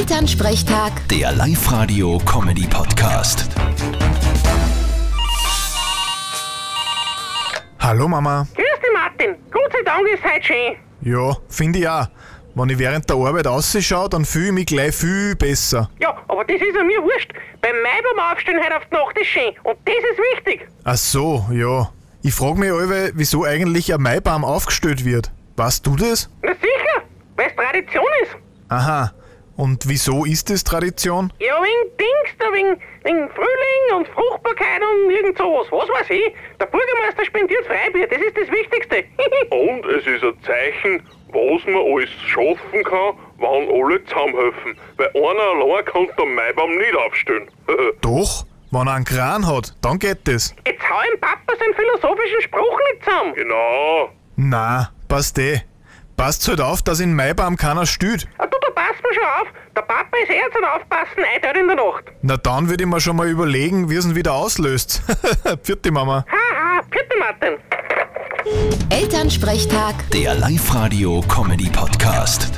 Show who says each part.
Speaker 1: Elternsprechtag,
Speaker 2: Der Live-Radio-Comedy-Podcast.
Speaker 3: Hallo Mama.
Speaker 4: Grüß dich, Martin. Gott sei Dank ist heute schön.
Speaker 3: Ja, finde ich auch. Wenn ich während der Arbeit ausschaue, dann fühle ich mich gleich viel besser.
Speaker 4: Ja, aber das ist ja mir wurscht. Beim Mai beim Aufstehen heute auf die Nacht ist schön. Und das ist wichtig.
Speaker 3: Ach so, ja. Ich frage mich allweil, wieso eigentlich ein Maibaum aufgestellt wird. Weißt du das?
Speaker 4: Na sicher, weil es Tradition ist.
Speaker 3: Aha. Und wieso ist das Tradition?
Speaker 4: Ja, wegen Dings, da wegen, wegen Frühling und Fruchtbarkeit und irgend sowas. Was weiß ich. Der Bürgermeister spendiert Freibier, das ist das Wichtigste.
Speaker 5: Und es ist ein Zeichen, was man alles schaffen kann, wenn alle zusammenhelfen. Weil einer allein kann den Maibaum nicht aufstellen.
Speaker 3: Doch, wenn er einen Kran hat, dann geht das.
Speaker 4: Jetzt hau ihm Papa seinen philosophischen Spruch nicht zusammen.
Speaker 5: genau.
Speaker 3: Na, passt eh. Passt halt auf, dass in Maibaum keiner stüht.
Speaker 4: Ah, du, da passt man schon auf. Der Papa ist eher zum Aufpassen, einteilt in der Nacht.
Speaker 3: Na dann würde ich mir schon mal überlegen, wie es ihn wieder auslöst. Vierte Mama.
Speaker 4: Haha, bitte, Martin.
Speaker 1: Elternsprechtag.
Speaker 2: Der Live-Radio-Comedy-Podcast.